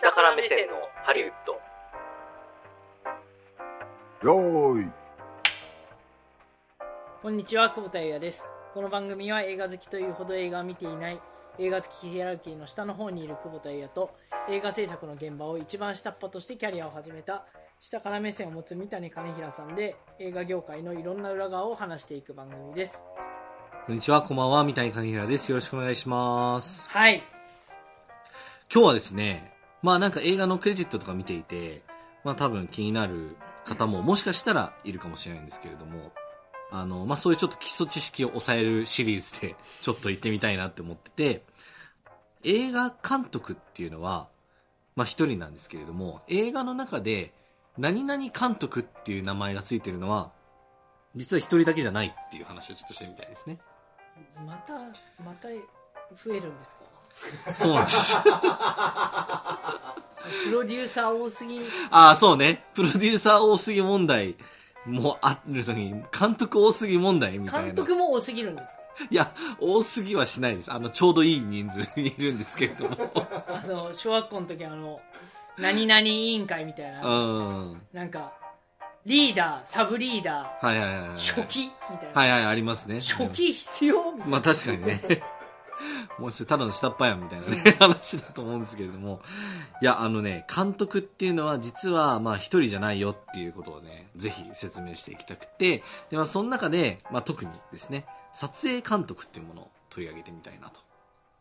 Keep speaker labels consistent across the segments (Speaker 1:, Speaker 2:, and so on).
Speaker 1: 下から目線のハリウッド
Speaker 2: よーい
Speaker 3: こんにちは、久保田優也です。この番組は映画好きというほど映画を見ていない、映画好きヒエラルキーの下の方にいる久保田優也と、映画制作の現場を一番下っ端としてキャリアを始めた、下から目線を持つ三谷兼平さんで、映画業界のいろんな裏側を話していく番組です。
Speaker 4: こんにちは、こんばんは、三谷かぎらです。よろしくお願いします。
Speaker 3: はい。
Speaker 4: 今日はですね、まあなんか映画のクレジットとか見ていて、まあ多分気になる方ももしかしたらいるかもしれないんですけれども、あの、まあそういうちょっと基礎知識を抑えるシリーズで ちょっと行ってみたいなって思ってて、映画監督っていうのは、まあ一人なんですけれども、映画の中で何々監督っていう名前がついてるのは、実は一人だけじゃないっていう話をちょっとしてみたいですね。
Speaker 3: また、また増えるんですか
Speaker 4: そうなんです。
Speaker 3: プロデューサー多すぎ。
Speaker 4: ああ、そうね。プロデューサー多すぎ問題もあるのに、監督多すぎ問題みたいな。
Speaker 3: 監督も多すぎるんですか
Speaker 4: いや、多すぎはしないです。あの、ちょうどいい人数にいるんですけれ ども。
Speaker 3: あの、小学校の時あの、何々委員会みたいな。
Speaker 4: うん。
Speaker 3: なんか、リーダー、サブリーダ
Speaker 4: はいはいはいはい。
Speaker 3: ー、初期みたいな。
Speaker 4: はいはい、ありますね。
Speaker 3: 初期必要
Speaker 4: うん。まあ確かにね。もうそれただの下っ端やんみたいなね、話だと思うんですけれども。いや、あのね、監督っていうのは実は、まあ一人じゃないよっていうことをね、ぜひ説明していきたくて、で、まあその中で、まあ特にですね、撮影監督っていうものを取り上げてみたいなと。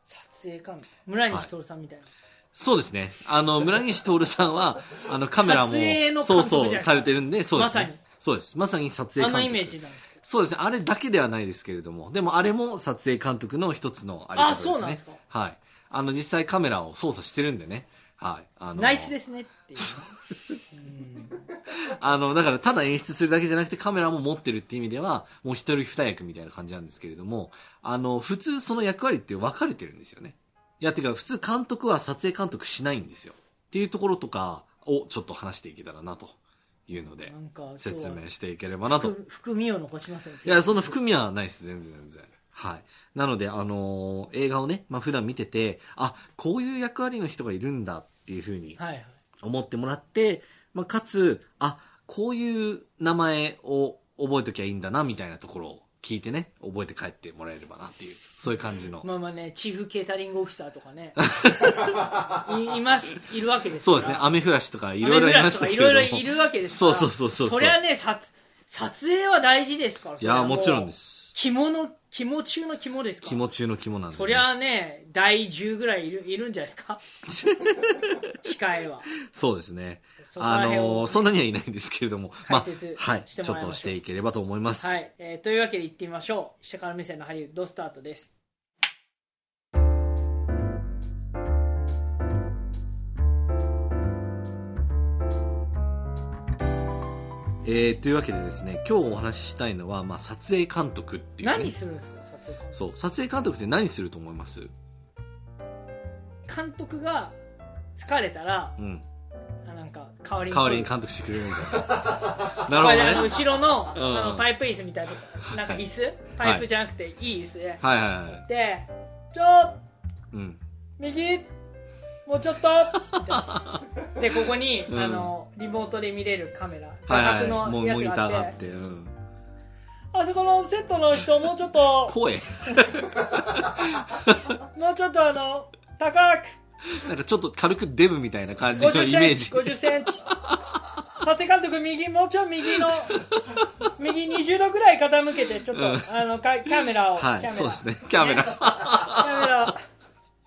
Speaker 3: 撮影監督。村西徹さんみたいな。
Speaker 4: そうですね。あの、村岸徹さんは、あの、カメラも
Speaker 3: 撮影の、監督じゃ
Speaker 4: そ
Speaker 3: な
Speaker 4: う
Speaker 3: い
Speaker 4: そう、されてるんで、そうです
Speaker 3: ま
Speaker 4: ね。
Speaker 3: さに
Speaker 4: そうです。まさに撮影監
Speaker 3: あ
Speaker 4: 督。
Speaker 3: のイメージなんですけど。
Speaker 4: そうですね。あれだけではないですけれども、でもあれも撮影監督の一つのあり方ですね。
Speaker 3: あそうなんですか
Speaker 4: はい。あの、実際カメラを操作してるんでね。はい。あの
Speaker 3: ナイスですねっていう。
Speaker 4: あの、だからただ演出するだけじゃなくてカメラも持ってるっていう意味では、もう一人二役みたいな感じなんですけれども、あの、普通その役割って分かれてるんですよね。いや、てか普通監督は撮影監督しないんですよ。っていうところとかをちょっと話していけたらなというので
Speaker 3: なんか今、日は
Speaker 4: 説明していければなと
Speaker 3: 含含みを残しません
Speaker 4: いや、その含みはないです、全然全然。はい。なので、あのー映画をね、まあ普段見てて、あ、こういう役割の人がいるんだっていうふうに
Speaker 3: はいはい。
Speaker 4: 思ってもらって、まあかつ、あ、こういう名前を覚えときゃいいんだな、みたいなところを聞いてね、覚えて帰ってもらえればなっていう、そういう感じの。
Speaker 3: まあまあね、チーフケータリングオフィサーとか ね、いいます、いるわけですか
Speaker 4: そう
Speaker 3: ら。
Speaker 4: ですね、アメフラシとかいろいろいましたけれども。
Speaker 3: アメフラシとかいろいろいるわけですから。
Speaker 4: そうそうそうそうそ
Speaker 3: そ
Speaker 4: う
Speaker 3: りゃね、さ撮影は大事ですから。
Speaker 4: いや、もちろんで。す。
Speaker 3: 肝の、肝中の肝ですから。
Speaker 4: 肝中の肝なんで、ね。
Speaker 3: そりゃあね、第10ぐらいいるいるんじゃないですか 控えは。
Speaker 4: そうですね。
Speaker 3: そこら
Speaker 4: あ
Speaker 3: 辺を
Speaker 4: のーそんなにはいないんですけれども、まあ
Speaker 3: 解説、
Speaker 4: はい、
Speaker 3: して
Speaker 4: ち
Speaker 3: も
Speaker 4: ょ
Speaker 3: ら
Speaker 4: っ
Speaker 3: いましょう
Speaker 4: としていければと思います。
Speaker 3: はい、えーというわけで行ってみましょう。下から目線のハリウッドスタートです。
Speaker 4: えー、というわけでですね、今日お話ししたいのは、まあ、撮影監督っていう、ね。
Speaker 3: 何するんですか、撮影
Speaker 4: そう、撮影監督って何すると思います
Speaker 3: 監督。監督が疲れたら、
Speaker 4: うん。
Speaker 3: あなんか代わりに
Speaker 4: 代わりに
Speaker 3: こ
Speaker 4: 監督してくれるみたいな。
Speaker 3: う
Speaker 4: な る
Speaker 3: やってあの
Speaker 4: ほどね。
Speaker 3: 後ろの,、
Speaker 4: うん
Speaker 3: あのパイプ椅子みたいなとこなんか椅子、パイプじゃなくていい椅子で、
Speaker 4: はいはいはい。
Speaker 3: でちょ
Speaker 4: うん。
Speaker 3: 右もうちょっとみたいな でここに、
Speaker 4: うん
Speaker 3: あのリモートで見れるカメラ
Speaker 4: はい
Speaker 3: 画角
Speaker 4: はい。も
Speaker 3: の
Speaker 4: う
Speaker 3: や
Speaker 4: モ
Speaker 3: つ
Speaker 4: ニタ
Speaker 3: が
Speaker 4: ー
Speaker 3: あって,、
Speaker 4: があって。うん。
Speaker 3: あそこのセットの人もうち ょっと
Speaker 4: 声
Speaker 3: もうちょっとあの高く
Speaker 4: なんかちょっと軽くデブみたいな感じのイメー
Speaker 3: 50
Speaker 4: ジ
Speaker 3: セン。チ50センチ撮影監督右もうちょい右 の右20度ぐらい傾けてちょっと、
Speaker 4: うん
Speaker 3: あのカカメラを、
Speaker 4: は
Speaker 3: キャメ
Speaker 4: い、
Speaker 3: ラ
Speaker 4: そうですね。 キャメラ。
Speaker 3: カメラを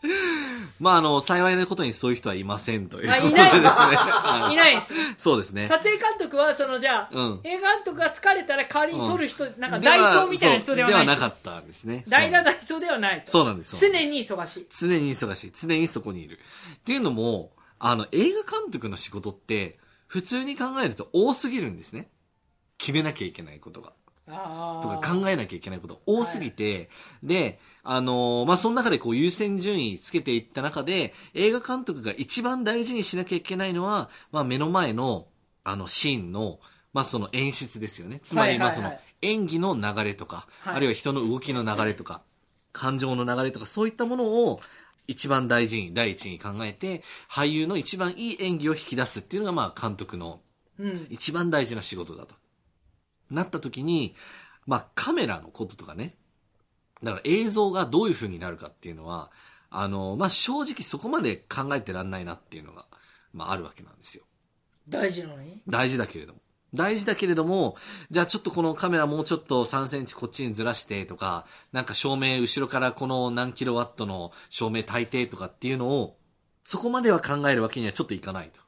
Speaker 4: まあ、あの、幸いなことにそういう人はいませんというこ
Speaker 3: あ
Speaker 4: とで
Speaker 3: い
Speaker 4: です
Speaker 3: な
Speaker 4: ね。
Speaker 3: い
Speaker 4: はい
Speaker 3: ないです
Speaker 4: そうですね。
Speaker 3: 撮影監督はそのじゃあ、
Speaker 4: うん
Speaker 3: 映画監督が疲れたら代わりに撮る人、なんかダイソーみたいな人ではない
Speaker 4: そうではなかったんですね。
Speaker 3: 代打ダイソーではないと
Speaker 4: そうなんです。そうなんです
Speaker 3: 常に忙しい
Speaker 4: 常に忙しい。常にそこにいる。っていうのも、あの、映画監督の仕事って、普通に考えると多すぎるんですね。決めなきゃいけないことが。と
Speaker 3: あ
Speaker 4: か考えなきゃいけないこと多すぎて、で、あのーまあ、その中でこう優先順位つけていった中で、映画監督が一番大事にしなきゃいけないのは、まあ、目の前の、あの、シーンの、まあ、その演出ですよね。つま
Speaker 3: はい
Speaker 4: り、
Speaker 3: はい
Speaker 4: ま
Speaker 3: は
Speaker 4: あ、
Speaker 3: い
Speaker 4: その演技の流れとか、
Speaker 3: はい
Speaker 4: あるいは人の動きの流れとか、感情の流れとか、そういったものを、一番大事に、第一に考えて、俳優の一番いい演技を引き出すっていうのが、まあ、監督の
Speaker 3: うん。
Speaker 4: 一番大事な仕事だと。なった時に、まあカメラのこととかね。だから映像がどういう風になるかっていうのは、あの、まあ正直そこまで考えてらんないなっていうのが、まああるわけなんですよ。
Speaker 3: 大事なのに
Speaker 4: 大事だけれども。大事だけれども、じゃあちょっとこのカメラもうちょっと3センチこっちにずらしてとか、なんか照明後ろからこの何キロワットの照明焚いてとかっていうのを、そこまでは考えるわけにはちょっといかないと。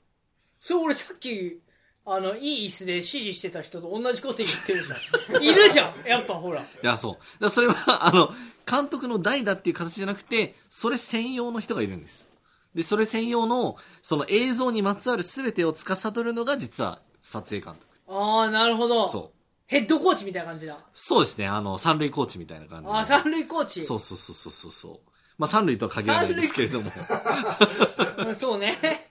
Speaker 3: それ俺さっき、あの、いい椅子で指示してた人と同じこと言ってるじゃ ん。いるじゃんやっぱほら。
Speaker 4: いや、そう。だからそれは、あ の、監督の代だっていう形じゃなくて、それ専用の人がいるんです。で、それ専用の、その映像にまつわる全てを司るのが、実は、撮影監督。
Speaker 3: ああ、なるほど。
Speaker 4: そう。
Speaker 3: ヘッドコーチみたいな感じだ。
Speaker 4: そうですね、あの、三塁コーチみたいな感じで。
Speaker 3: ああ、三塁コーチ。
Speaker 4: そうそうそうそうそうそう。まあ、三塁とは限らないですけれども。
Speaker 3: うんそうね。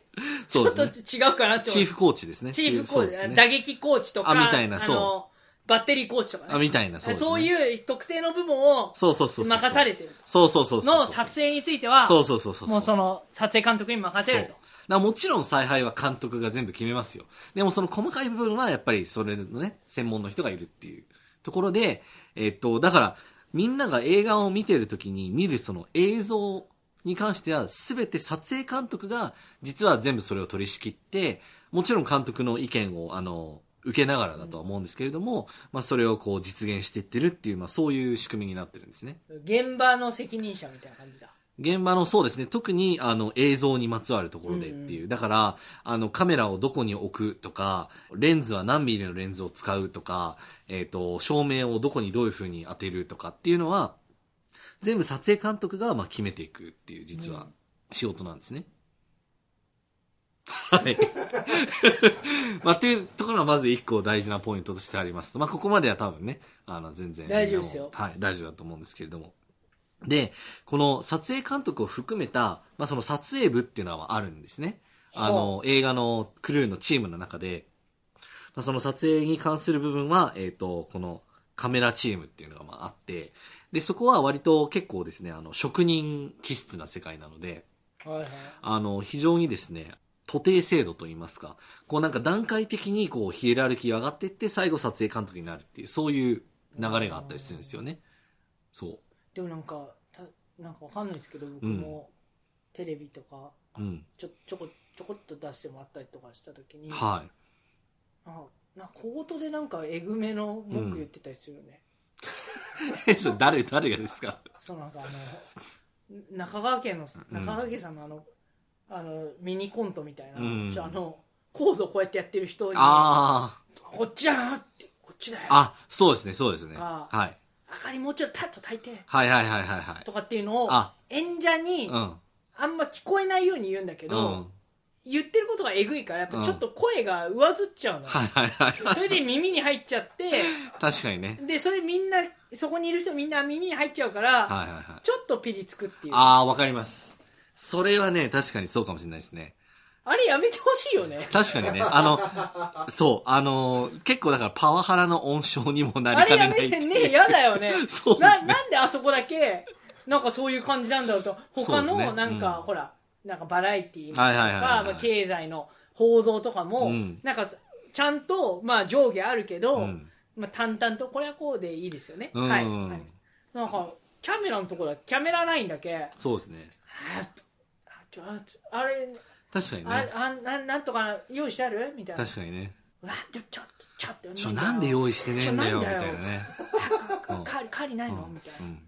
Speaker 3: ち
Speaker 4: そう
Speaker 3: ょ
Speaker 4: で
Speaker 3: っと
Speaker 4: すね。
Speaker 3: 違うかなって
Speaker 4: チ
Speaker 3: 思
Speaker 4: ー
Speaker 3: う
Speaker 4: フコーチですね。
Speaker 3: チーフコ
Speaker 4: そう
Speaker 3: ー
Speaker 4: です
Speaker 3: チ、
Speaker 4: ね
Speaker 3: 打撃コーチとか、
Speaker 4: あみたいなそう
Speaker 3: のバッテリーコーチとかね。
Speaker 4: あ、みたいな、
Speaker 3: そう
Speaker 4: ですね
Speaker 3: いう特定の部門を
Speaker 4: そうそうそうそう。
Speaker 3: 任されてる。
Speaker 4: そうそうそうそう。
Speaker 3: の撮影については、
Speaker 4: そうそうそうそう。
Speaker 3: もうその撮影監督に任
Speaker 4: そ
Speaker 3: せ
Speaker 4: う。
Speaker 3: る
Speaker 4: だか
Speaker 3: と。
Speaker 4: らもちろん采配は監督が全部決めますよ。でもその細かい部分はやっぱりそれのね、専門の人がいるっていうところで、えっと、だからみんなが映画を見てる時に見るその映像に関しては全て撮影監督が実は全部それを取り仕切って、もちろん監督の意見をあの、受けながらだとは思うんですけれども、まあそれをこう実現していってるっていう、まあそういう仕組みになってるんですね。
Speaker 3: 現場の責任者みたいな感じだ。
Speaker 4: 現場のそうですね、特にあの映像にまつわるところでっていう。だから、あのカメラをどこに置くとか、レンズは何ミリのレンズを使うとか、えっ、と、照明をどこにどういう風に当てるとかっていうのは、全部撮影監督がまあ決めていくっていう、実
Speaker 3: う
Speaker 4: は
Speaker 3: ん
Speaker 4: 仕事なんですね。はい。 まあ、っていうところがまず一個大事なポイントとしてありますと。まあ、ここまでは多分ね、あの、全然。
Speaker 3: 大丈夫ですよ
Speaker 4: はい、大丈夫だと思うんですけれども。で、この撮影監督を含めた、まあ、その撮影部っていうのはあるんですね。あの、映画のクルーのチームの中で、まあ、その撮影に関する部分は、えっ、と、このカメラチームっていうのがまああって、で、そこは割と結構ですね、あの、職人気質な世界なので、
Speaker 3: はいはい。
Speaker 4: あの、非常にですね、徒弟制度といいますか、こうなんか段階的にこうヒエラルキーが上がっていって最後撮影監督になるっていう、そういう流れがあったりするんですよね。そ
Speaker 3: でもなんか、たなんかわかんないですけど、僕もテレビとか、
Speaker 4: う。うん。
Speaker 3: ちょ、ちょこ、ちょこっと出してもらったりとかしたときに、
Speaker 4: はい。
Speaker 3: なんか、なんか小言でなんかえぐめの文句言ってたりするよね。
Speaker 4: え、それ誰、誰がですか
Speaker 3: そうなんかあの中川家の中川家さんのあの,、あのミニコントみたいな、
Speaker 4: うん
Speaker 3: ちょあのコードこうやってやってる人に
Speaker 4: あ
Speaker 3: こっちだなってこっちだよ
Speaker 4: あ、あ、そうですね、そうですね。
Speaker 3: あ
Speaker 4: はい。はい
Speaker 3: 明かりもうちょいパッと焚いて
Speaker 4: はいはいはいはい。
Speaker 3: とかっていうのを
Speaker 4: あ
Speaker 3: 演者に
Speaker 4: うん。
Speaker 3: あんま聞こえないように言うんだけ
Speaker 4: う
Speaker 3: ど、
Speaker 4: ん。
Speaker 3: 言ってることがえぐいからやっぱ
Speaker 4: うん
Speaker 3: ちょっと声が上ずっちゃうの、
Speaker 4: はいはいはい。
Speaker 3: それで耳に入っちゃって
Speaker 4: 確かにね。
Speaker 3: でそれみんなそこにいる人みんな耳に入っちゃうから、
Speaker 4: はいはいはい。
Speaker 3: ちょっとピリつくっていうあ
Speaker 4: ああ、わかります。それはね、確かにそうかもしれないですね。
Speaker 3: れやめてほしいよね
Speaker 4: 確かにね、あの、そう、あの、結構だからパワハラの温床にもな
Speaker 3: あ
Speaker 4: り
Speaker 3: れ
Speaker 4: か
Speaker 3: や
Speaker 4: ねな
Speaker 3: め
Speaker 4: い
Speaker 3: てね、嫌だよね。
Speaker 4: そうで
Speaker 3: な
Speaker 4: すね。
Speaker 3: なんであそこだけ、なんかそういう感じなんだろうと、他
Speaker 4: そうです
Speaker 3: の
Speaker 4: ね
Speaker 3: なんか、
Speaker 4: うん
Speaker 3: ほら、なんかバラエティーと
Speaker 4: はいはいはい
Speaker 3: か
Speaker 4: はい、
Speaker 3: まあ経済の報道とかも、
Speaker 4: うん
Speaker 3: なんかちゃんと、まあ上下あるけど、
Speaker 4: うん
Speaker 3: まあ淡々と、これはこうでいいですよね。
Speaker 4: うん
Speaker 3: はい、はい。なんか、キャメラのとこだ、キャメララインだけ、
Speaker 4: そうですね。
Speaker 3: あちょあちょあれ、
Speaker 4: 確かに
Speaker 3: あ
Speaker 4: ね。
Speaker 3: あななんとかな用意してあるみたいな。
Speaker 4: 確かにね。
Speaker 3: うわちょ、ちょ、ちょって。
Speaker 4: ちょ、なんで用意してねえんだよ、み
Speaker 3: ちょ
Speaker 4: た
Speaker 3: ないん
Speaker 4: な
Speaker 3: だよ
Speaker 4: ね。うん
Speaker 3: かかりないの、みたいな
Speaker 4: う。ん。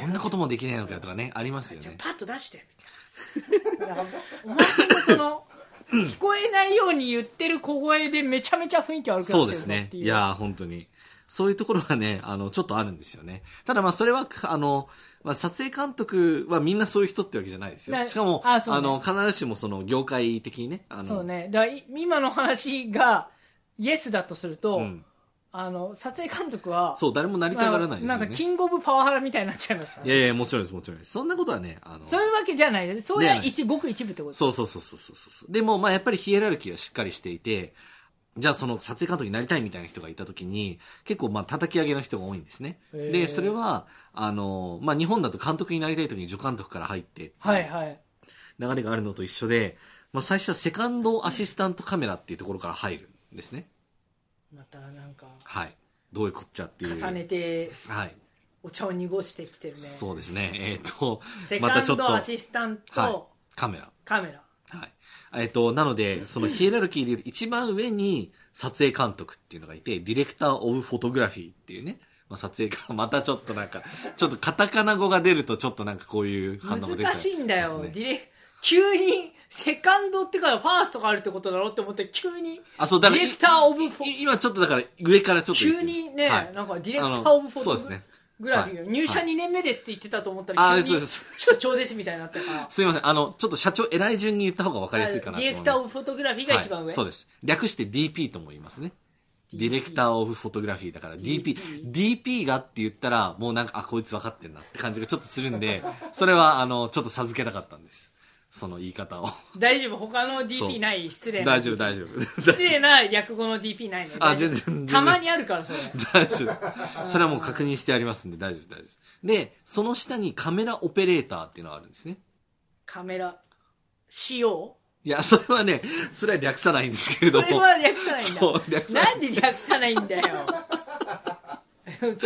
Speaker 4: こんなこともできねえのかよとかね、ありますよ
Speaker 3: じゃあ
Speaker 4: ね。
Speaker 3: パッと出してみたいなだからお前もそ の聞こえないように言ってる小声でめちゃめちゃ雰囲気悪くな
Speaker 4: そ
Speaker 3: っ
Speaker 4: う
Speaker 3: て
Speaker 4: で
Speaker 3: る
Speaker 4: す
Speaker 3: ぞっ
Speaker 4: ね。
Speaker 3: ていう
Speaker 4: いやー、本当に。そういうところがね、あの、ちょっとあるんですよね。ただまあ、それは、あの、まあ、撮影監督はみんなそういう人ってわけじゃないです
Speaker 3: な
Speaker 4: よ。しかも、
Speaker 3: あ
Speaker 4: あ,、
Speaker 3: そうね
Speaker 4: の、必ずしもその、業界的にね、あの、
Speaker 3: そうねだからい今の話がイエスだとすると、
Speaker 4: うん。
Speaker 3: あの撮影監督は
Speaker 4: そう、誰もなりたがらないです
Speaker 3: まあ
Speaker 4: よ
Speaker 3: なんか。
Speaker 4: ね
Speaker 3: キングオブパワハラみたいになっちゃいますから
Speaker 4: いやいや、もちろんです、もちろんです。そんなことはね、あの、
Speaker 3: そういうわけじゃないですそれは
Speaker 4: ではない
Speaker 3: 一ごく一部ってこと
Speaker 4: そうそうそうそうそうそう。でも、まあやっぱりヒエラルキーはしっかりしていて、じゃあその撮影監督になりたいみたいな人がいた時に、結構まあ叩き上げの人が多いんですね。
Speaker 3: へー
Speaker 4: で、それは、あの、まあ日本だと監督になりたい時に助監督から入って、
Speaker 3: はいはい。
Speaker 4: 流れがあるのと一緒で、まあ最初はセカンドアシスタントカメラっていうところから入るんですね。
Speaker 3: またなんか、
Speaker 4: はい。どういうこっちゃっていう。
Speaker 3: 重ねて、
Speaker 4: はい。
Speaker 3: お茶を濁してきてるね。
Speaker 4: そうですね。えっ、と
Speaker 3: セ、
Speaker 4: ま
Speaker 3: カ
Speaker 4: た
Speaker 3: ン
Speaker 4: ちょっと、
Speaker 3: ドア
Speaker 4: はい
Speaker 3: シスタント、、
Speaker 4: カメラ。
Speaker 3: カメラ。
Speaker 4: はい。えっと、なので、そのヒエラルキーで言うと一番上に撮影監督っていうのがいて、ディレクター・オブ・フォトグラフィーっていうね、まあ、撮影が、またちょっとなんか、 ちょっとカタカナ語が出るとちょっとなんかこういう反応が出ちゃう
Speaker 3: 難しいんだよ。
Speaker 4: です
Speaker 3: デ
Speaker 4: ね
Speaker 3: ィレ急に、セカンドってからファーストがあるってことだろうって思って、急に、
Speaker 4: あ、そう、だから、
Speaker 3: ディレクターオブ
Speaker 4: いい今ちょっとだから上からちょっと言っ
Speaker 3: 急
Speaker 4: てる。
Speaker 3: にね、
Speaker 4: はい
Speaker 3: なんかディレクターオブフォ
Speaker 4: あのそう
Speaker 3: ト
Speaker 4: ですね
Speaker 3: グラフィー
Speaker 4: は
Speaker 3: よ
Speaker 4: い
Speaker 3: 入社
Speaker 4: はい
Speaker 3: 2年目ですって言ってたと思った
Speaker 4: あ
Speaker 3: ら、急
Speaker 4: ー
Speaker 3: に
Speaker 4: そうです
Speaker 3: 社長ですみたいになったから。
Speaker 4: すいません。あの、ちょっと社長偉い順に言った方がわかりやすいかなと思
Speaker 3: ディ
Speaker 4: い
Speaker 3: レ
Speaker 4: ま
Speaker 3: ク
Speaker 4: す。
Speaker 3: ターオブフォトグラフィーが一番上。
Speaker 4: はいそうです。略して DP とも言いますね。ディレクターオブフォトグラフィーだから、DP。DP がって言ったら、もうなんか、あ、こいつ分かってんなって感じがちょっとするんで、 それは、あの、ちょっと授けたかったんです。その言い方を。
Speaker 3: 大丈夫他の
Speaker 4: そう
Speaker 3: DP ない失礼な。
Speaker 4: 大丈夫、大丈夫。
Speaker 3: 失礼な略語の DP ないね。
Speaker 4: あ
Speaker 3: 大丈夫
Speaker 4: 全然全然
Speaker 3: たまにあるから、それ。
Speaker 4: 大丈夫。それはもう確認してありますんで、大丈夫、大丈夫。で、その下にカメラオペレーターっていうのがあるんですね。
Speaker 3: カメラ、仕様
Speaker 4: いや、それはね、それは略さないんですけれど
Speaker 3: こ
Speaker 4: も。
Speaker 3: れは略さないんだ。
Speaker 4: そう略さない
Speaker 3: なんで略さない んだよ。そ
Speaker 4: そうう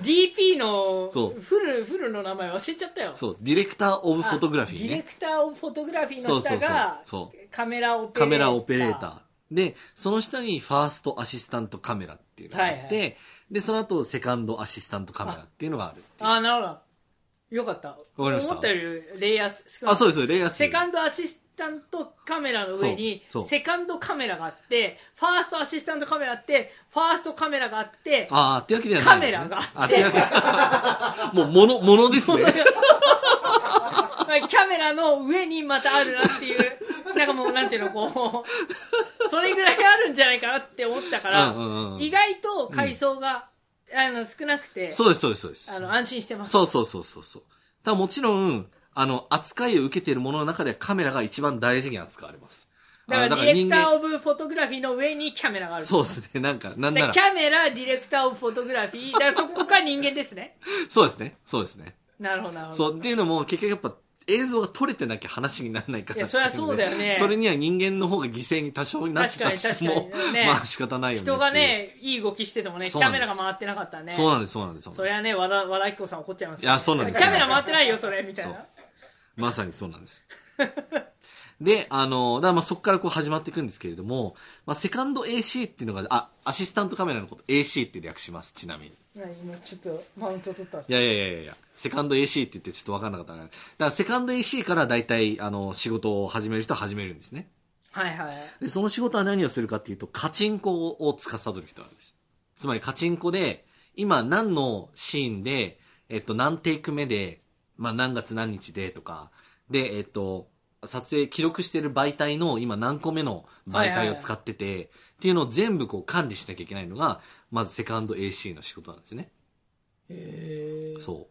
Speaker 3: DP の
Speaker 4: そう
Speaker 3: フルフルの名前忘れちゃったよ。
Speaker 4: そう、ディレクターオブ
Speaker 3: あ
Speaker 4: フォトグラフィーね。
Speaker 3: ディレクターオブフォトグラフィーの下が
Speaker 4: そうそうそう
Speaker 3: カメラオペレーター
Speaker 4: カメラオペレーター。で、その下にファーストアシスタントカメラっていうのがあって、
Speaker 3: はいは
Speaker 4: で、その後セカンドアシスタントカメラっていうのがあるっていう。
Speaker 3: あなるほどよかった
Speaker 4: かりました
Speaker 3: 思ったよりレイヤー少
Speaker 4: あそう
Speaker 3: う
Speaker 4: です、レイヤー数
Speaker 3: セカンドアシスタントカメラの上に
Speaker 4: そうそう
Speaker 3: セカンドカメラがあってファーストアシスタントカメラあってファーストカメラがあって
Speaker 4: ああ、っていうわけではないです、ね。
Speaker 3: カメラが
Speaker 4: あっていうわけもう、 もの、ものですね。
Speaker 3: キャメラの上にまたあるなっていう、なんかもうなんていうの、こう、それぐらいあるんじゃないかなって思ったから、
Speaker 4: うんうんうん
Speaker 3: 意外と階層が、あの少なくて
Speaker 4: そうです、そうです、そうです。
Speaker 3: あの安心してます。
Speaker 4: そうそうそうそうそう。ただもちろん、あの、扱いを受けているものの中でカメラが一番大事に扱われます。
Speaker 3: だ
Speaker 4: あ
Speaker 3: か
Speaker 4: の
Speaker 3: らディレクタ
Speaker 4: だか
Speaker 3: ー・
Speaker 4: ら人
Speaker 3: オブ・フォトグラフィーの上にキャメラがあ
Speaker 4: 間
Speaker 3: る。
Speaker 4: そうですね。なんか、なん
Speaker 3: だか
Speaker 4: な
Speaker 3: ら
Speaker 4: ら
Speaker 3: キ。ャメラ、ディレクター・オブ・フォトグラフィー。だからそこから人間ですね。
Speaker 4: そうですね。そうですね。
Speaker 3: なるほど、なるほ
Speaker 4: そ
Speaker 3: ど。
Speaker 4: う、っていうのも結局やっぱ映像が撮れてなきゃ話にならないか
Speaker 3: い
Speaker 4: ら
Speaker 3: やそりゃそうだよね
Speaker 4: それには人間の方が犠牲に多少になってたとして
Speaker 3: 確
Speaker 4: も
Speaker 3: かに確かに、ね
Speaker 4: まあ仕方ないよねっていう
Speaker 3: 人がね、いい動きしててもね、キ
Speaker 4: そうな
Speaker 3: ャ
Speaker 4: ん
Speaker 3: メ
Speaker 4: です
Speaker 3: ラが回ってなかったらね。
Speaker 4: そうなんです、そうなんです。そうなんです
Speaker 3: そりゃね、和田、和田アキ子さん怒っちゃいますよ
Speaker 4: いやそうなんです
Speaker 3: キ
Speaker 4: よ
Speaker 3: ャメラ回ってないよ、それ、みたい
Speaker 4: そ
Speaker 3: な
Speaker 4: う。まさにそうな んです。で、あの、だからまあそこからこう始まっていくんですけれども、まあセカンド AC っていうのが、あ、アシスタントカメラのこと AC って略します、ちなみに。
Speaker 3: な今ちょっとマウント取ったんです
Speaker 4: いやいやいやいや、セカンド AC って言ってちょっとわかんなかったな。だからセカンド AC から大体、あの、仕事を始める人は始めるんですね。
Speaker 3: はいはい
Speaker 4: で、その仕事は何をするかっていうと、カチンコを司る人なんです。つまりカチンコで、今何のシーンで、えっと、何テイク目で、まあ何月何日でとか、で、えっと、撮影、記録してる媒体の今何個目の媒体を使ってて、っていうのを全部こう管理しなきゃいけないのが、まずセカンド AC の仕事なんですね。
Speaker 3: へえ
Speaker 4: そ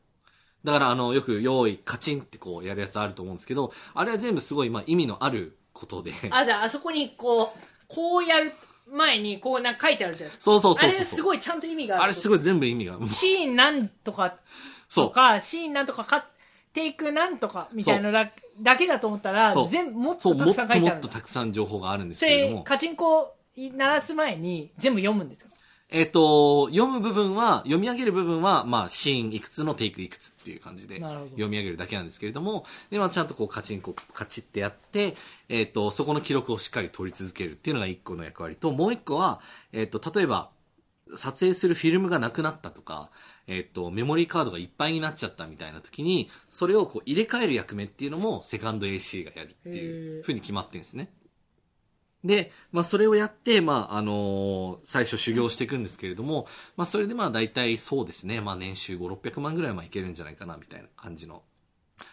Speaker 4: う。だから、あの、よく、用意、カチンってこうやるやつあると思うんですけど、あれは全部すごい、まあ意味のあることで。
Speaker 3: あじゃああそこにこうこうやる前にこうなんか書いてあるじゃないですか
Speaker 4: そうそうそうそうそう。
Speaker 3: あれすごいちゃんと意味がある
Speaker 4: あれすごい全部意味が。 もう
Speaker 3: シーンなんとかと
Speaker 4: そ
Speaker 3: かシーンなんとかかテイクなんとかみたいなだだけだと思ったら
Speaker 4: そう
Speaker 3: 全もっ
Speaker 4: う。そ
Speaker 3: と
Speaker 4: う、
Speaker 3: た
Speaker 4: も
Speaker 3: く
Speaker 4: っ
Speaker 3: さ
Speaker 4: と
Speaker 3: ん書い
Speaker 4: も
Speaker 3: てあ
Speaker 4: っ
Speaker 3: る
Speaker 4: とたくさん情報があるんです
Speaker 3: そ
Speaker 4: けれど
Speaker 3: れ
Speaker 4: も。
Speaker 3: カチンコ鳴らす前に全部読むんですか
Speaker 4: えっ、と、読む部分は、読み上げる部分は、まあ、シーンいくつのテイクいくつっていう感じで、
Speaker 3: なるほど
Speaker 4: 読み上げるだけなんですけれども、で、まあ、ちゃんとこう、カチンコ、カチってやって、えっ、と、そこの記録をしっかり取り続けるっていうのが一個の役割と、もう一個は、えっ、と、例えば、撮影するフィルムがなくなったとか、えっ、と、メモリーカードがいっぱいになっちゃったみたいな時に、それをこう、入れ替える役目っていうのも、セカンド AC がやるってい
Speaker 3: へー
Speaker 4: うふうに決まってるんですね。で、まあ、それをやって、まあ、あのー最初修行していくんですけれども、まあ、それでまあ、大体そうですね、まあ、年収5、600万ぐらいはまあいけるんじゃないかな、みたいな感じの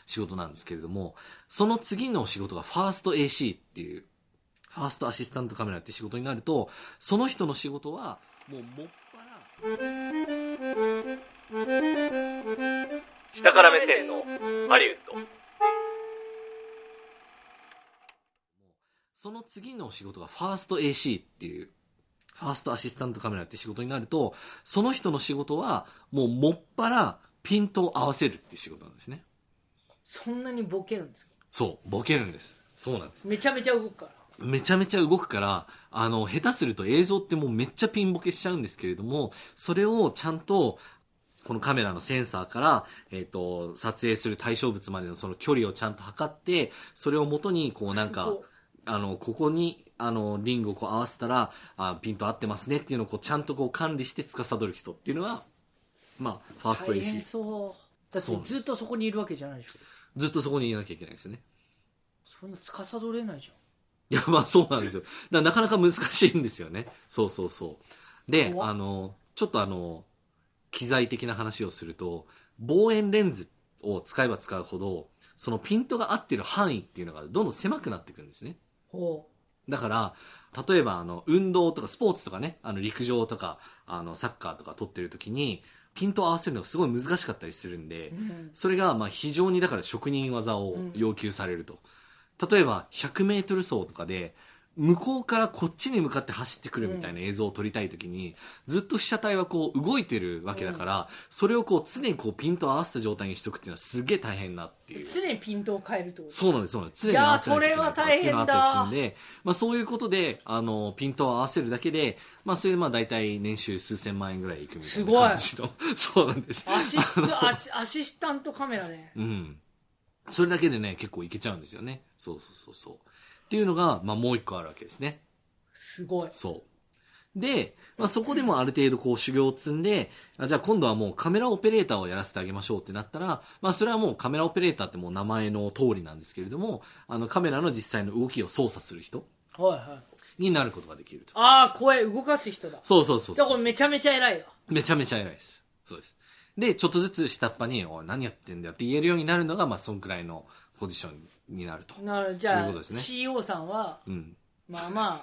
Speaker 4: 仕事なんですけれども、その次の仕事がファースト AC っていう、ファーストアシスタントカメラって仕事になると、その人の仕事は、もうもっぱら、
Speaker 1: 下から目線のハリウッド
Speaker 4: その次の仕事がファースト AC っていう、ファーストアシスタントカメラって仕事になると、その人の仕事は、もうもっぱらピントを合わせるっていう仕事なんですね。
Speaker 3: そんなにボケるんですか
Speaker 4: そう、ボケるんです。そうなんです。
Speaker 3: めちゃめちゃ動くから
Speaker 4: めちゃめちゃ動くから、あの、下手すると映像ってもうめっちゃピンボケしちゃうんですけれども、それをちゃんと、このカメラのセンサーから、えっ、と、撮影する対象物までのその距離をちゃんと測って、それを元に、こうなん
Speaker 3: す
Speaker 4: か
Speaker 3: ごい、
Speaker 4: あの、ここに、あの、リングをこう合わせたら、あピント合ってますねっていうのをこうちゃんとこう管理して司る人っていうのは、まあ、ファースト
Speaker 3: 大変
Speaker 4: AC。
Speaker 3: そうだっ
Speaker 4: そうなん
Speaker 3: て
Speaker 4: です
Speaker 3: ずっとそこにいるわけじゃないでしょ
Speaker 4: ずっとそこにいなきゃいけないですね。
Speaker 3: それに司れないじ
Speaker 4: いや、まあそうなんですよ。だからなかなか難しいんですよね。そうそうそう。で、
Speaker 3: 怖っ
Speaker 4: あの、ちょっとあの、機材的な話をすると、望遠レンズを使えば使うほど、そのピントが合ってる範囲っていうのがどんどん狭くなってくるんですね。
Speaker 3: ゃんほ
Speaker 4: だから、例えばあの、運動とかスポーツとかね、あの、陸上とか、あの、サッカーとか撮ってる時に、ピントを合わせるのがすごい難しかったりするんで
Speaker 3: う、うん
Speaker 4: それがまあ非常にだから職人技を要求されると、例えば100メートル走とかで向こうからこっちに向かって走ってくるみたいな映像を撮りたい時に、ずっと被写体はこう動いてるわけだから、それをこう常にこうピントを合わせた状態にしとくっていうのはすげえ大変なっていう
Speaker 3: 常にピントを変えるってこと
Speaker 4: そうなんです、そうなんです。常に合わせなきゃいけないとかっていうのがあったりするんで、まあそういうことで、あの、ピントを合わせるだけで、まあそれでまあ大体年収数千万円ぐらいいくみたいな感じの、そうなんです。
Speaker 3: アシス トアシアシスタントカメラね
Speaker 4: うん。それだけでね、結構いけちゃうんですよね。そうそうそうそう。っていうのが、まあもう一個あるわけですね。
Speaker 3: すごい
Speaker 4: そう。で、まあそこでもある程度こう修行を積んで、あじゃあ今度はもうカメラオペレーターをやらせてあげましょうってなったら、まあそれはもうカメラオペレーターってもう名前の通りなんですけれども、あのカメラの実際の動きを操作する人
Speaker 3: はいはい
Speaker 4: になることができると。
Speaker 3: ああ声動かす人だ
Speaker 4: そうそうそう
Speaker 3: じ
Speaker 4: そ
Speaker 3: ゃ
Speaker 4: う
Speaker 3: あこれめちゃめちゃ偉いわ
Speaker 4: めちゃめちゃ偉いです。そうです。で、ちょっとずつ下っ端に、おい何やってんだよって言えるようになるのが、まあそんくらいのポジションになると。
Speaker 3: なるじゃ
Speaker 4: という
Speaker 3: あ、
Speaker 4: ことですね
Speaker 3: CEO さんは
Speaker 4: うん。
Speaker 3: まあ まあ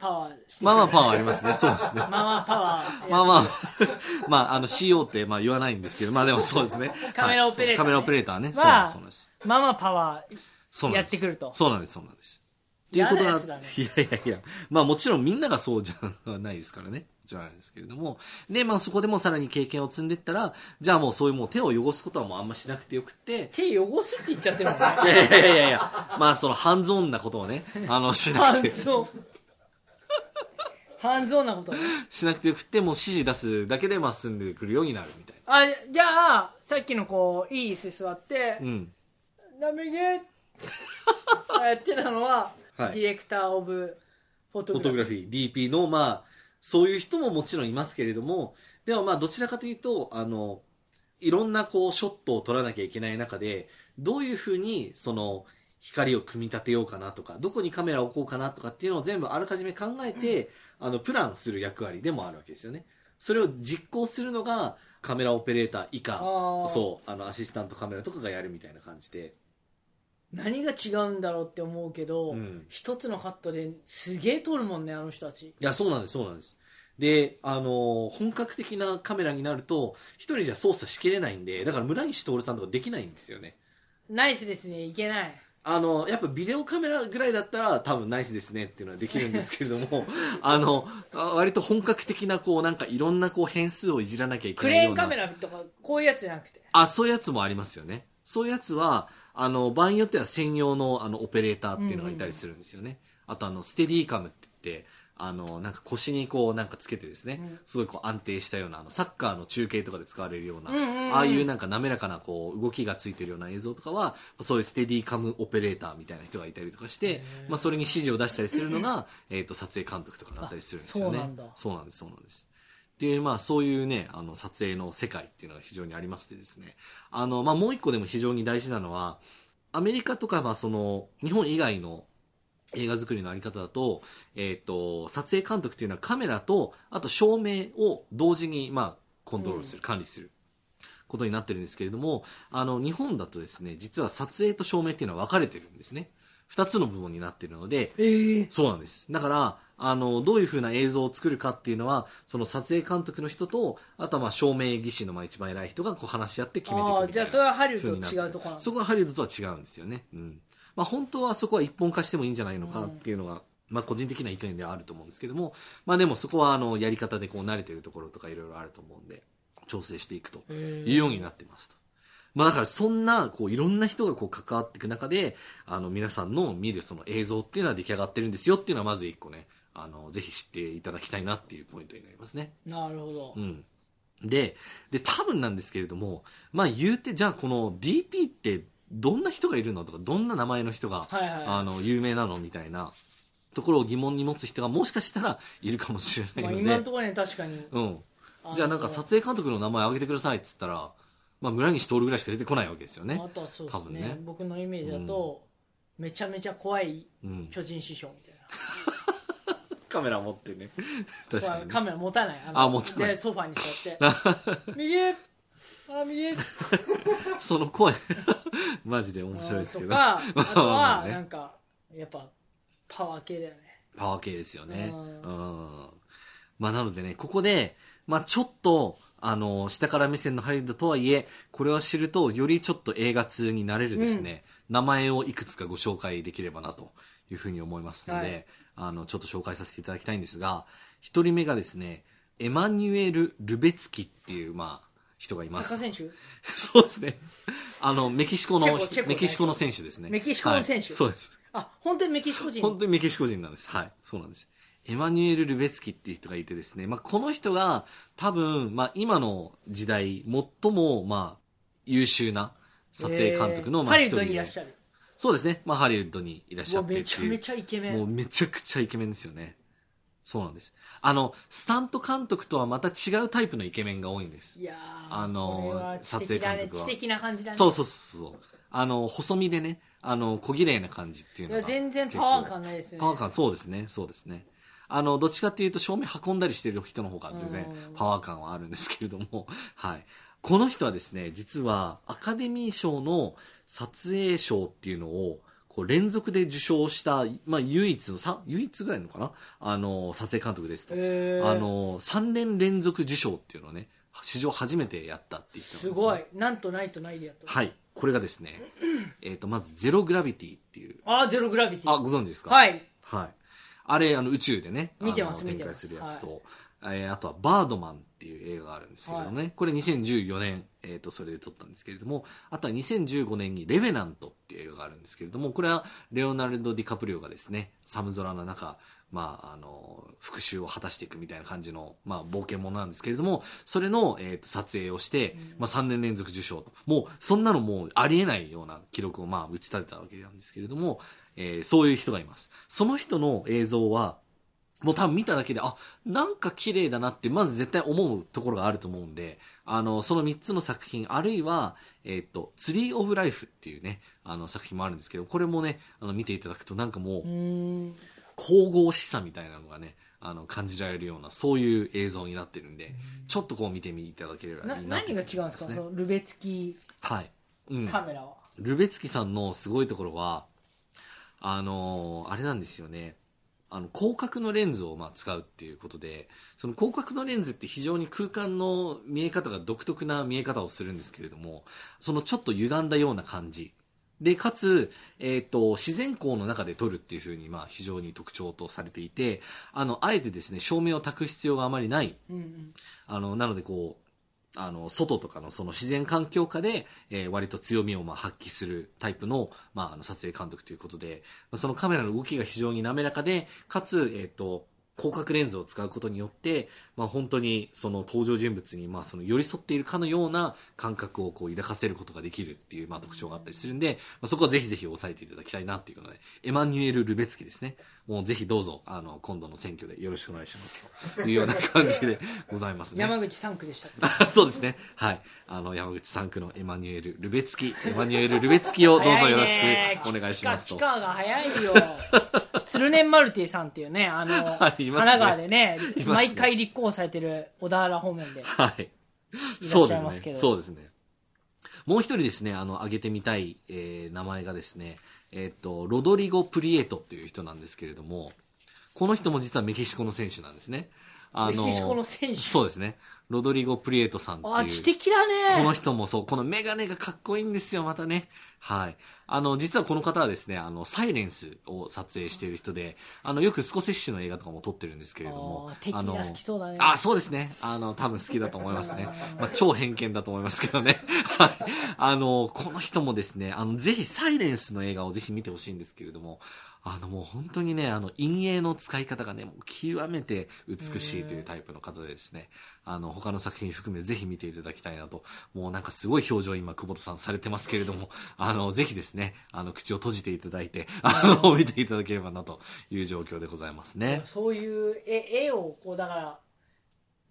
Speaker 3: パワーして
Speaker 4: まあまあパワーありますね。そうですね。
Speaker 3: まあまあパワー
Speaker 4: まあまあ、 まあ、あの CO ってまあ言わないんですけど、まあでもそうですね。
Speaker 3: カメラオペレーターね
Speaker 4: はいそうカメラオペレーターね。そうなん
Speaker 3: ま
Speaker 4: で
Speaker 3: あ
Speaker 4: すそうなんです。
Speaker 3: まあまあパワー
Speaker 4: そうなんです。
Speaker 3: やってくると
Speaker 4: そうなんです、そうなんです。っていう
Speaker 3: 嫌
Speaker 4: こ
Speaker 3: な
Speaker 4: と
Speaker 3: や
Speaker 4: は、い
Speaker 3: つ
Speaker 4: や
Speaker 3: だ
Speaker 4: い
Speaker 3: ね
Speaker 4: やいや、まあもちろんみんながそうじゃないですからね。もちろんあれですけれども。で、まあそこでもさらに経験を積んでいったら、じゃあもうそういうもう手を汚すことはもうあんましなくてよくって、
Speaker 3: 手汚すって言っちゃってるもんね
Speaker 4: いやいやいやいや、まあそのハンズオンなことをね、あの、し な
Speaker 3: 半
Speaker 4: くて、
Speaker 3: 蔵半蔵なことね
Speaker 4: しなくてよくって、もう指示出すだけでまあ済んでくるようになるみたい
Speaker 3: あじゃあさっきのこういい椅子座って
Speaker 4: な。うん。
Speaker 3: 「ダメゲー」やってたのは、
Speaker 4: はい
Speaker 3: ディレクター・オブ・フォト
Speaker 4: フォト
Speaker 3: グ
Speaker 4: グ
Speaker 3: ラ
Speaker 4: ラフィー、DP の、まあ、そういう人ももちろんいますけれども、でもまあ、どちらかというと、あの、いろんなこう、ショットを撮らなきゃいけない中で、どういうふうに、その、光を組み立てようかなとか、どこにカメラを置こうかなとかっていうのを全部あらかじめ考えて、あの、プランする役割でもあるわけですよね。それを実行するのが、カメラオペレーター以下、
Speaker 3: あー
Speaker 4: そう、あの、アシスタントカメラとかがやるみたいな感じで。
Speaker 3: 何が違うんだろうって思うけど、
Speaker 4: うん
Speaker 3: 一つのカットですげえ撮るもんねあの人たち
Speaker 4: いや、そうなんです、そうなんです。で、あのー本格的なカメラになると、一人じゃ操作しきれないんで、だから村西徹さんとかできないんですよね。
Speaker 3: ナイスですねいけない
Speaker 4: あの、やっぱビデオカメラぐらいだったら多分ナイスですねっていうのはできるんですけれども、あの、あ割と本格的なこうなんかいろんなこう変数をいじらなきゃいけ
Speaker 3: ク
Speaker 4: ない
Speaker 3: レ
Speaker 4: よ
Speaker 3: ー
Speaker 4: う
Speaker 3: ン
Speaker 4: な。
Speaker 3: カメラとかこういうやつじゃなくて
Speaker 4: あ、そういうやつもありますよね。そういうやつは、あの、場合によっては専用の、あの、オペレーターっていうのがいたりするんですよね。あと、あの、ステディカムって言って、あの、なんか腰にこう、なんかつけてですね、
Speaker 3: うん
Speaker 4: すごいこう安定したような、あの、サッカーの中継とかで使われるような、
Speaker 3: うんうんうん
Speaker 4: ああいうなんか滑らかなこう、動きがついてるような映像とかは、そういうステディカムオペレーターみたいな人がいたりとかして、まあ、それに指示を出したりするのが、えっと、撮影監督とかだったりするんですよね。
Speaker 3: あそうなんだ
Speaker 4: そうなんです、そうなんです。っていう、まあそういうね、あの撮影の世界っていうのが非常にありましてですね。あの、まあもう一個でも非常に大事なのは、アメリカとか、まあその、日本以外の映画作りのあり方だと、えっ、と、撮影監督っていうのはカメラと、あと照明を同時に、まあ、コントロールする、管理することになってるんですけれども、あの、日本だとですね、実は撮影と照明っていうのは分かれてるんですね。二つの部門になってるので、
Speaker 3: ええ
Speaker 4: そうなんです。だから、あの、どういう風な映像を作るかっていうのは、その撮影監督の人と、あとはまあ照明技師のまあ一番偉い人がこう話し合って決めていくみたい
Speaker 3: あ
Speaker 4: な
Speaker 3: あじゃあそれはハリウ
Speaker 4: 風に
Speaker 3: ッ
Speaker 4: な
Speaker 3: ドと違
Speaker 4: ってる
Speaker 3: うとこなんだ
Speaker 4: そこはハリウッドとは違うんですよね。うん。まあ本当はそこは一本化してもいいんじゃないのかっていうのが、まあ個人的な意見ではあると思うんですけども、まあでもそこはあの、やり方でこう慣れてるところとかいろいろあると思うんで、調整していくというようになってますと。まあだからそんな、こういろんな人がこう関わっていく中で、あの皆さんの見るその映像っていうのは出来上がってるんですよっていうのはまず一個ね、あの、ぜひ知っていただきたいなっていうポイントになりますね。
Speaker 3: なるほど
Speaker 4: う。ん。で、で、多分なんですけれども、まあ言うて、じゃあこの DP ってどんな人がいるのとか、どんな名前の人が、
Speaker 3: はいはい
Speaker 4: あの、有名なのみたいなところを疑問に持つ人がもしかしたらいるかもしれ
Speaker 3: ま
Speaker 4: な
Speaker 3: あ、
Speaker 4: いの
Speaker 3: 今の
Speaker 4: で
Speaker 3: と、ころね、確かに。
Speaker 4: うん。
Speaker 3: あ
Speaker 4: じゃあなんか
Speaker 3: の
Speaker 4: 撮影監督の名前挙げてくださいっつったら、まあ村西徹ぐらいしか出てこないわけですよね
Speaker 3: あ。とはそうですね
Speaker 4: 多分ね
Speaker 3: 僕のイメージだと、めちゃめちゃ怖い
Speaker 4: うん。
Speaker 3: 巨人師匠みたいな
Speaker 4: カメラ持ってね。 確かに、
Speaker 3: カ
Speaker 4: ね。
Speaker 3: メラ持たないの
Speaker 4: あ持たない
Speaker 3: でソファに座って 右あ右
Speaker 4: その声、 マジで面白いですけど。
Speaker 3: とかあと
Speaker 4: まあま
Speaker 3: は
Speaker 4: あね
Speaker 3: なんかやっぱパワー系だよね
Speaker 4: パワー系ですよね。
Speaker 3: う
Speaker 4: うんん。まあなのでね、ここで、まあちょっと、あの、下から目線のハリウッドとはいえ、これを知ると、よりちょっと映画通になれるですね、名前をいくつかご紹介できればなというふうに思いますので、
Speaker 3: はい
Speaker 4: あの、ちょっと紹介させていただきたいんですが、一人目がですね、エマニュエル・ルベツキっていう、まあ、人がい
Speaker 3: サ
Speaker 4: ま
Speaker 3: ッカ
Speaker 4: す
Speaker 3: ー。選手
Speaker 4: そうですね。あの、メキシコの、
Speaker 3: チェコチェコね
Speaker 4: メキシコの選手ですね。
Speaker 3: メキシコの選手
Speaker 4: はいそうです。
Speaker 3: あ本当にメキシコ人
Speaker 4: 本当にメキシコ人なんです。はい。そうなんです。エマニュエル・ルベツキっていう人がいてですね、まあ、この人が多分、まあ、今の時代、最も、まあ、優秀な撮影監督の、
Speaker 3: えー
Speaker 4: まあ、
Speaker 3: ハリウ
Speaker 4: 一
Speaker 3: ッド
Speaker 4: 人
Speaker 3: にい
Speaker 4: で
Speaker 3: らっしゃる
Speaker 4: そうですね。まあ、ハリウッドにいらっ
Speaker 3: う
Speaker 4: しゃ
Speaker 3: わ
Speaker 4: ってっていう
Speaker 3: めちゃめちゃイケメ
Speaker 4: もう
Speaker 3: ン
Speaker 4: めちゃくちゃイケメンですよね。そうなんです。あの、スタント監督とはまた違うタイプのイケメンが多いんです。
Speaker 3: いやー
Speaker 4: あのー
Speaker 3: これは知的だね
Speaker 4: 撮影監督は
Speaker 3: 知的な感じだね
Speaker 4: そうそうそうそう。あの、細身でね、あの、小綺麗な感じっていう
Speaker 3: い
Speaker 4: のが。
Speaker 3: や全然パワー感ないですね
Speaker 4: パワー感、そうですね、そうですね。あの、どっちかっていうと、照明運んだりしてる人の方が全然
Speaker 3: うん
Speaker 4: パワー感はあるんですけれども、 はい。この人はですね、実はアカデミー賞の撮影賞っていうのを、こう連続で受賞した、まあ唯一の、さ唯一ぐらいのかなあの、撮影監督ですと。
Speaker 3: えー
Speaker 4: あの、3年連続受賞っていうのをね、史上初めてやったって言ってます、
Speaker 3: すごい。なんとないとないでやった
Speaker 4: はい。これがですね、えっと、まずゼログラビティっていう、
Speaker 3: あーゼログラビティ
Speaker 4: あ、ご存知ですか
Speaker 3: はい
Speaker 4: はい。あれ、あの、宇宙でね、
Speaker 3: 見てます
Speaker 4: あの
Speaker 3: 見てま
Speaker 4: 展開
Speaker 3: す
Speaker 4: するやつと、えーあとは、バードマンっていう映画があるんですけれどもね、これ2014年、えっ、と、それで撮ったんですけれども、あとは2015年にレベナントっていう映画があるんですけれども、これは、レオナルド・ディカプリオがですね、寒空の中、まあ、あの、復讐を果たしていくみたいな感じの、まあ、冒険ものなんですけれども、それの、えっ、と、撮影をして、まあ、3年連続受賞と。もう、そんなのもう、ありえないような記録を、まあ、打ち立てたわけなんですけれども、えーそういう人がいます。その人の映像は、もう多分見ただけで、あ、なんか綺麗だなって、まず絶対思うところがあると思うんで、あの、その3つの作品、あるいは、えっ、と、ツリーオブライフっていうね、あの作品もあるんですけど、これもね、あの、見ていただくとなんかもう
Speaker 3: う、ーん
Speaker 4: 神々しさみたいなのがね、あの、感じられるような、そういう映像になってるんで、ちょっとこう見てみていただければいいな
Speaker 3: な
Speaker 4: と
Speaker 3: 何が違うんですかそ
Speaker 4: ね。
Speaker 3: のルベツキ
Speaker 4: はい。うん。
Speaker 3: カメラは、
Speaker 4: ルベツキさんのすごいところは、あのーあれなんですよね。あの、広角のレンズをまあ使うっていうことで、その広角のレンズって非常に空間の見え方が独特な見え方をするんですけれども、そのちょっと歪んだような感じ。で、かつ、えっ、と、自然光の中で撮るっていうふうに、まあ、非常に特徴とされていて、あの、あえてですね、照明を焚く必要があまりない
Speaker 3: うんうん、
Speaker 4: あの、なのでこう、あの、外とかのその自然環境下で、えー割と強みをまあ発揮するタイプの、まあ、あの、撮影監督ということで、まあそのカメラの動きが非常に滑らかで、かつ、えっ、と、広角レンズを使うことによって、まあ、本当にその登場人物にまあその寄り添っているかのような感覚をこう抱かせることができるっていうまあ特徴があったりするんで、まあ、そこはぜひぜひ押さえていただきたいなっていうので、エマニュエル・ルベツキですね。もうぜひどうぞ、あの、今度の選挙でよろしくお願いします。というような感じでございますね。
Speaker 3: 山口3区でした
Speaker 4: そうですね。はい。あの、山口3区のエマニュエル・ルベツキ、エマニュエル・ルベツキをどうぞよろしくお願いしますと。
Speaker 3: チカが早い よ。鶴年マルティさんっていうね、あの、
Speaker 4: いいますね
Speaker 3: 神奈川でね
Speaker 4: いますね
Speaker 3: 毎回立候補されてる小田原方面で。
Speaker 4: はい。
Speaker 3: いらっ
Speaker 4: そう
Speaker 3: し
Speaker 4: で
Speaker 3: ゃいます
Speaker 4: す
Speaker 3: け
Speaker 4: ね。
Speaker 3: ど
Speaker 4: そうですね。もう一人ですね、あの、挙げてみたい、えー名前がですね、えっと、ロドリゴ・プリエトという人なんですけれども、この人も実はメキシコの選手なんですね。あ
Speaker 3: メキシコの選手
Speaker 4: そうですね。ロドリゴ・プリエトさんっていう。
Speaker 3: あ、知的だね。
Speaker 4: この人もそう、このメガネがかっこいいんですよ、またね。はい。あの、実はこの方はですね、あの、サイレンスを撮影している人で、あの、よくスコセッシュの映画とかも撮ってるんですけれども
Speaker 3: あー。敵が
Speaker 4: あの
Speaker 3: 好きそうだね
Speaker 4: あ、そうですね。あの、多分好きだと思いますね。まあ、超偏見だと思いますけどね。 はい。あの、この人もですね、あの、ぜひサイレンスの映画をぜひ見てほしいんですけれども、あの、もう本当にね、あの、陰影の使い方がね、もう極めて美しいというタイプの方でですね、あの、他の作品含めぜひ見ていただきたいなと、もうなんかすごい表情今、久保田さんされてますけれども、あの、ぜひですね、あの、口を閉じていただいて、あの、見ていただければなという状況でございますね。
Speaker 3: そういう絵絵をこうだから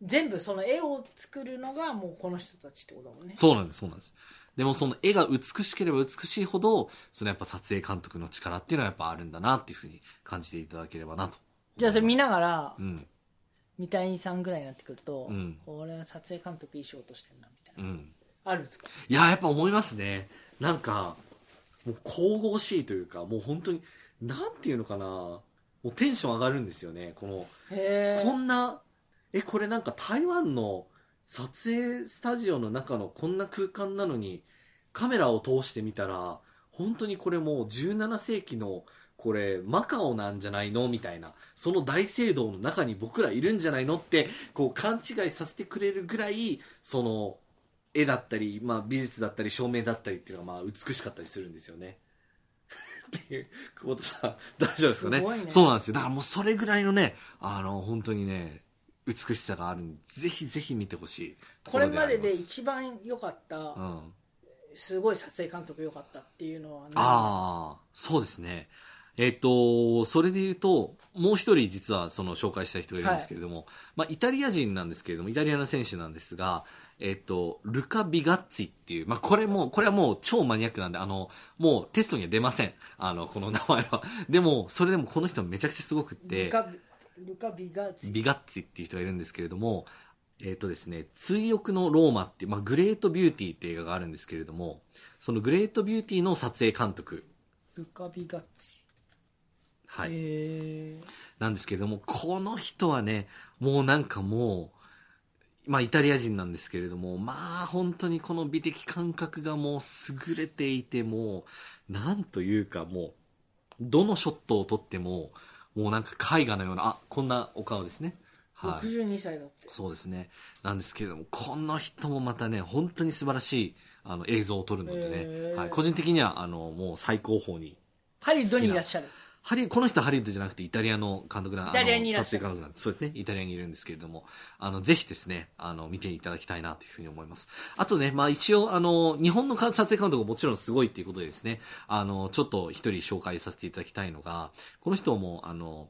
Speaker 3: 全部その絵を作るのがもうこの人たちってことだもんね
Speaker 4: そうなんです、そうなんです。でもその絵が美しければ美しいほど、そのやっぱ撮影監督の力っていうのはやっぱあるんだなっていうふうに感じていただければなと。
Speaker 3: じゃあそれ見ながら
Speaker 4: うん。
Speaker 3: 三谷さんぐらいになってくると、
Speaker 4: うん
Speaker 3: これは撮影監督いい仕事してんなみたいうな、
Speaker 4: ん。
Speaker 3: あるんですか
Speaker 4: いや、やっぱ思いますね。なんか、もう神々しいというか、もう本当に、なんていうのかな。もうテンション上がるんですよね。この、
Speaker 3: へえ
Speaker 4: こんな、え、これなんか台湾の撮影スタジオの中のこんな空間なのに、カメラを通してみたら、本当にこれもう17世紀の、これマカオなんじゃないのみたいな、その大聖堂の中に僕らいるんじゃないのって、こう勘違いさせてくれるぐらい、その、絵だったり、まあ美術だったり照明だったりっていうのがまあ美しかったりするんですよね。 っていう、久保田さん、大丈夫ですかね
Speaker 3: すごいね
Speaker 4: そうなんですよ。だからもうそれぐらいのね、あの、本当にね、美しさがあるんで、ぜひぜひ見てほしい
Speaker 3: こ
Speaker 4: とこ
Speaker 3: れ
Speaker 4: ろ
Speaker 3: ま
Speaker 4: あり
Speaker 3: で
Speaker 4: す
Speaker 3: で一番良かった、
Speaker 4: うん。
Speaker 3: すごい撮影監督良かったっていうのは、ね、
Speaker 4: ああ、そうですね。えっ、と、それで言うと、もう一人実はその紹介したい人がいるんですけれども、まあイタリア人なんですけれども、イタリアの選手なんですが、えっ、と、ルカ・ビガッツィっていう、まあこれも、これはもう超マニアックなんで、あの、もうテストには出ません。あの、この名前は。でも、それでもこの人めちゃくちゃすごくって、
Speaker 3: ルカルカ・ビガーツィ
Speaker 4: ビガッツィっていう人がいるんですけれども、えっ、とですね、追憶のローマっていう、まあ、グレートビューティーっていう映画があるんですけれども、そのグレートビューティーの撮影監督、
Speaker 3: ルカ・ビガーツ
Speaker 4: はい
Speaker 3: ィ、へえ
Speaker 4: なんですけれども、この人はね、もうなんかもう、まあイタリア人なんですけれども、まあ本当にこの美的感覚がもう優れていて、もう、なんというかもう、どのショットを撮っても、もうなんか絵画のような、あ、こんなお顔ですね。はい。
Speaker 3: 62歳だって
Speaker 4: そうですね。なんですけれども、この人もまたね、本当に素晴らしい、あの、映像を撮るので
Speaker 3: へ
Speaker 4: ね、
Speaker 3: ー
Speaker 4: はい、個人的には、あの、もう最高峰に。
Speaker 3: ハリウッドにいらっしゃる
Speaker 4: ハリ、この人はハリウッドじゃなくてイタリアの監督な、
Speaker 3: イタリアにい
Speaker 4: あ
Speaker 3: ら
Speaker 4: の
Speaker 3: っし
Speaker 4: 撮
Speaker 3: ゃる
Speaker 4: 影監督なんで、そうですね、イタリアにいるんですけれども、あの、ぜひですね、あの、見ていただきたいなというふうに思います。あとね、まあ一応、あの、日本のか撮影監督ももちろんすごいっていうことでですね、あの、ちょっと一人紹介させていただきたいのが、この人も、あの、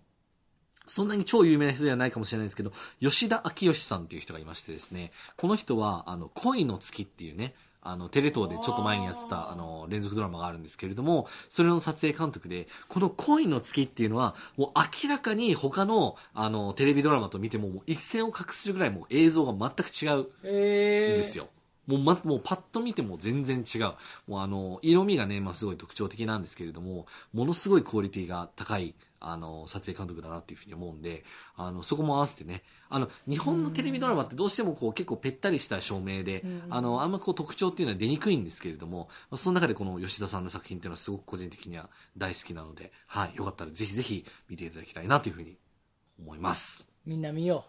Speaker 4: そんなに超有名な人ではないかもしれないですけど、吉田明義さんっていう人がいましてですね、この人は、あの、恋の月っていうね、あの、テレ東でちょっと前にやって
Speaker 3: あ
Speaker 4: た、
Speaker 3: ー
Speaker 4: あの、連続ドラマがあるんですけれども、それの撮影監督で、この恋の月っていうのは、もう明らかに他の、あの、テレビドラマと見ても、もう一線を画するぐらいもう映像が全く違う
Speaker 3: へえ
Speaker 4: ですよ。もうま、もうパッと見ても全然違う。もうあの、色味がね、まあすごい特徴的なんですけれども、ものすごいクオリティが高い、あの、撮影監督だなっていうふうに思うんで、あの、そこも合わせてね、あの、日本のテレビドラマってどうしてもこう結構ぺったりした照明で、
Speaker 3: うん
Speaker 4: あの、あんまこう特徴っていうのは出にくいんですけれども、まあその中でこの吉田さんの作品っていうのはすごく個人的には大好きなので、はい、よかったらぜひぜひ見ていただきたいなというふうに思います。
Speaker 3: みんな見よ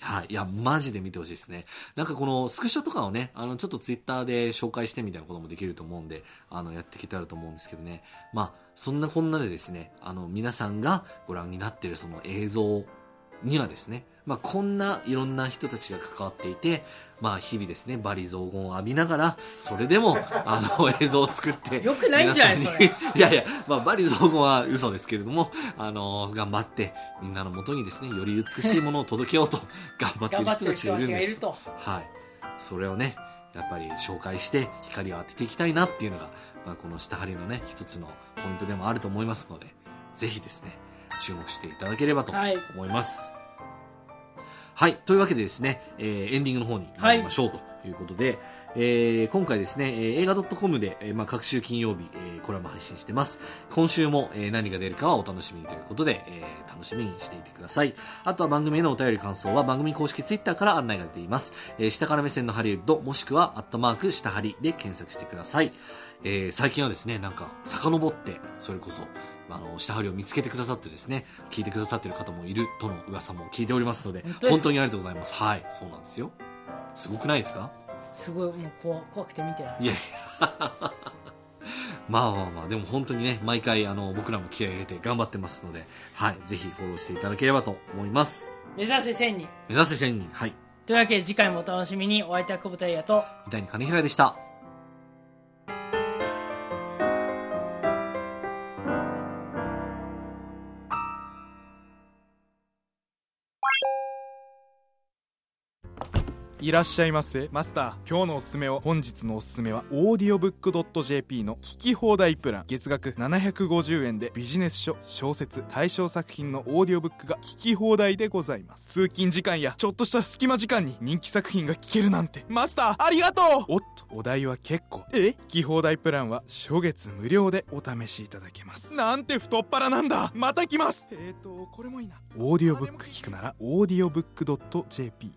Speaker 4: はい。いや、マジで見てほしいですね。なんかこのスクショとかをね、あの、ちょっとツイッターで紹介してみたいなこともできると思うんで、あの、やっていけたらと思うんですけどね。まあ、そんなこんなでですね、あの、皆さんがご覧になっているその映像にはですね、まあ、こんないろんな人たちが関わっていて、まあ、日々ですね、バリ雑言を浴びながら、それでも、あの、映像を 作って、
Speaker 3: よくないんじゃない
Speaker 4: 皆さ
Speaker 3: そ
Speaker 4: に
Speaker 3: れ
Speaker 4: いやいや、まあ、バリ雑言は嘘ですけれども、あの頑張って、みんなのもとにですね、より美しいものを届けようと、頑張って
Speaker 3: 頑
Speaker 4: る
Speaker 3: 張って
Speaker 4: 人
Speaker 3: る
Speaker 4: たち
Speaker 3: 人た
Speaker 4: がいる
Speaker 3: ち
Speaker 4: ん
Speaker 3: がい
Speaker 4: で
Speaker 3: る
Speaker 4: す。
Speaker 3: と
Speaker 4: はい。それをね、やっぱり紹介して、光を当てていきたいなっていうのが、まあ、この下張りのね、一つのポイントでもあると思いますので、ぜひですね、注目していただければと
Speaker 3: はい
Speaker 4: 思います。はい。というわけでですね、えーエンディングの方に参りましょうということで、えー今回ですね、えー映画 .com で、えーまあ、各週金曜日、えーコラム配信してます。今週も、えー何が出るかはお楽しみにということで、えー楽しみにしていてください。あとは番組へのお便り感想は番組公式ツイッターから案内が出ています。えー下から目線のハリウッド、もしくは、アットマーク、下ハリで検索してください。えー最近はですね、なんか、遡って、それこそ、あの、下張りを見つけてくださってですね、聞いてくださってる方もいるとの噂も聞いておりますので、
Speaker 3: 本当ですか
Speaker 4: 本当にありがとうございます。はい、そうなんですよ。すごくないですか
Speaker 3: すごいもう怖怖くて見てない
Speaker 4: いや、 まあまあまあ、でも本当にね、毎回あの、僕らも気合い入れて頑張ってますので、はい、ぜひフォローしていただければと思います。
Speaker 3: 目指せ1000人
Speaker 4: 目指せ1000人、はい。
Speaker 3: というわけで次回もお楽しみにお相手は久保田也と
Speaker 4: 三谷金平でした。
Speaker 2: いらっしゃいませマスター今日のおすすめを本日のおすすめはオーディオブックドット JP の聞き放題プラン月額750円でビジネス書小説対象作品のオーディオブックが聞き放題でございます通勤時間やちょっとした隙間時間に人気作品が聞けるなんてマスターありがとうおっとお題は結構え聞き放題プランは初月無料でお試しいただけますなんて太っ腹なんだまた来ますえーとこれもいいなオーディオブック聞くならオーディオブックドット JP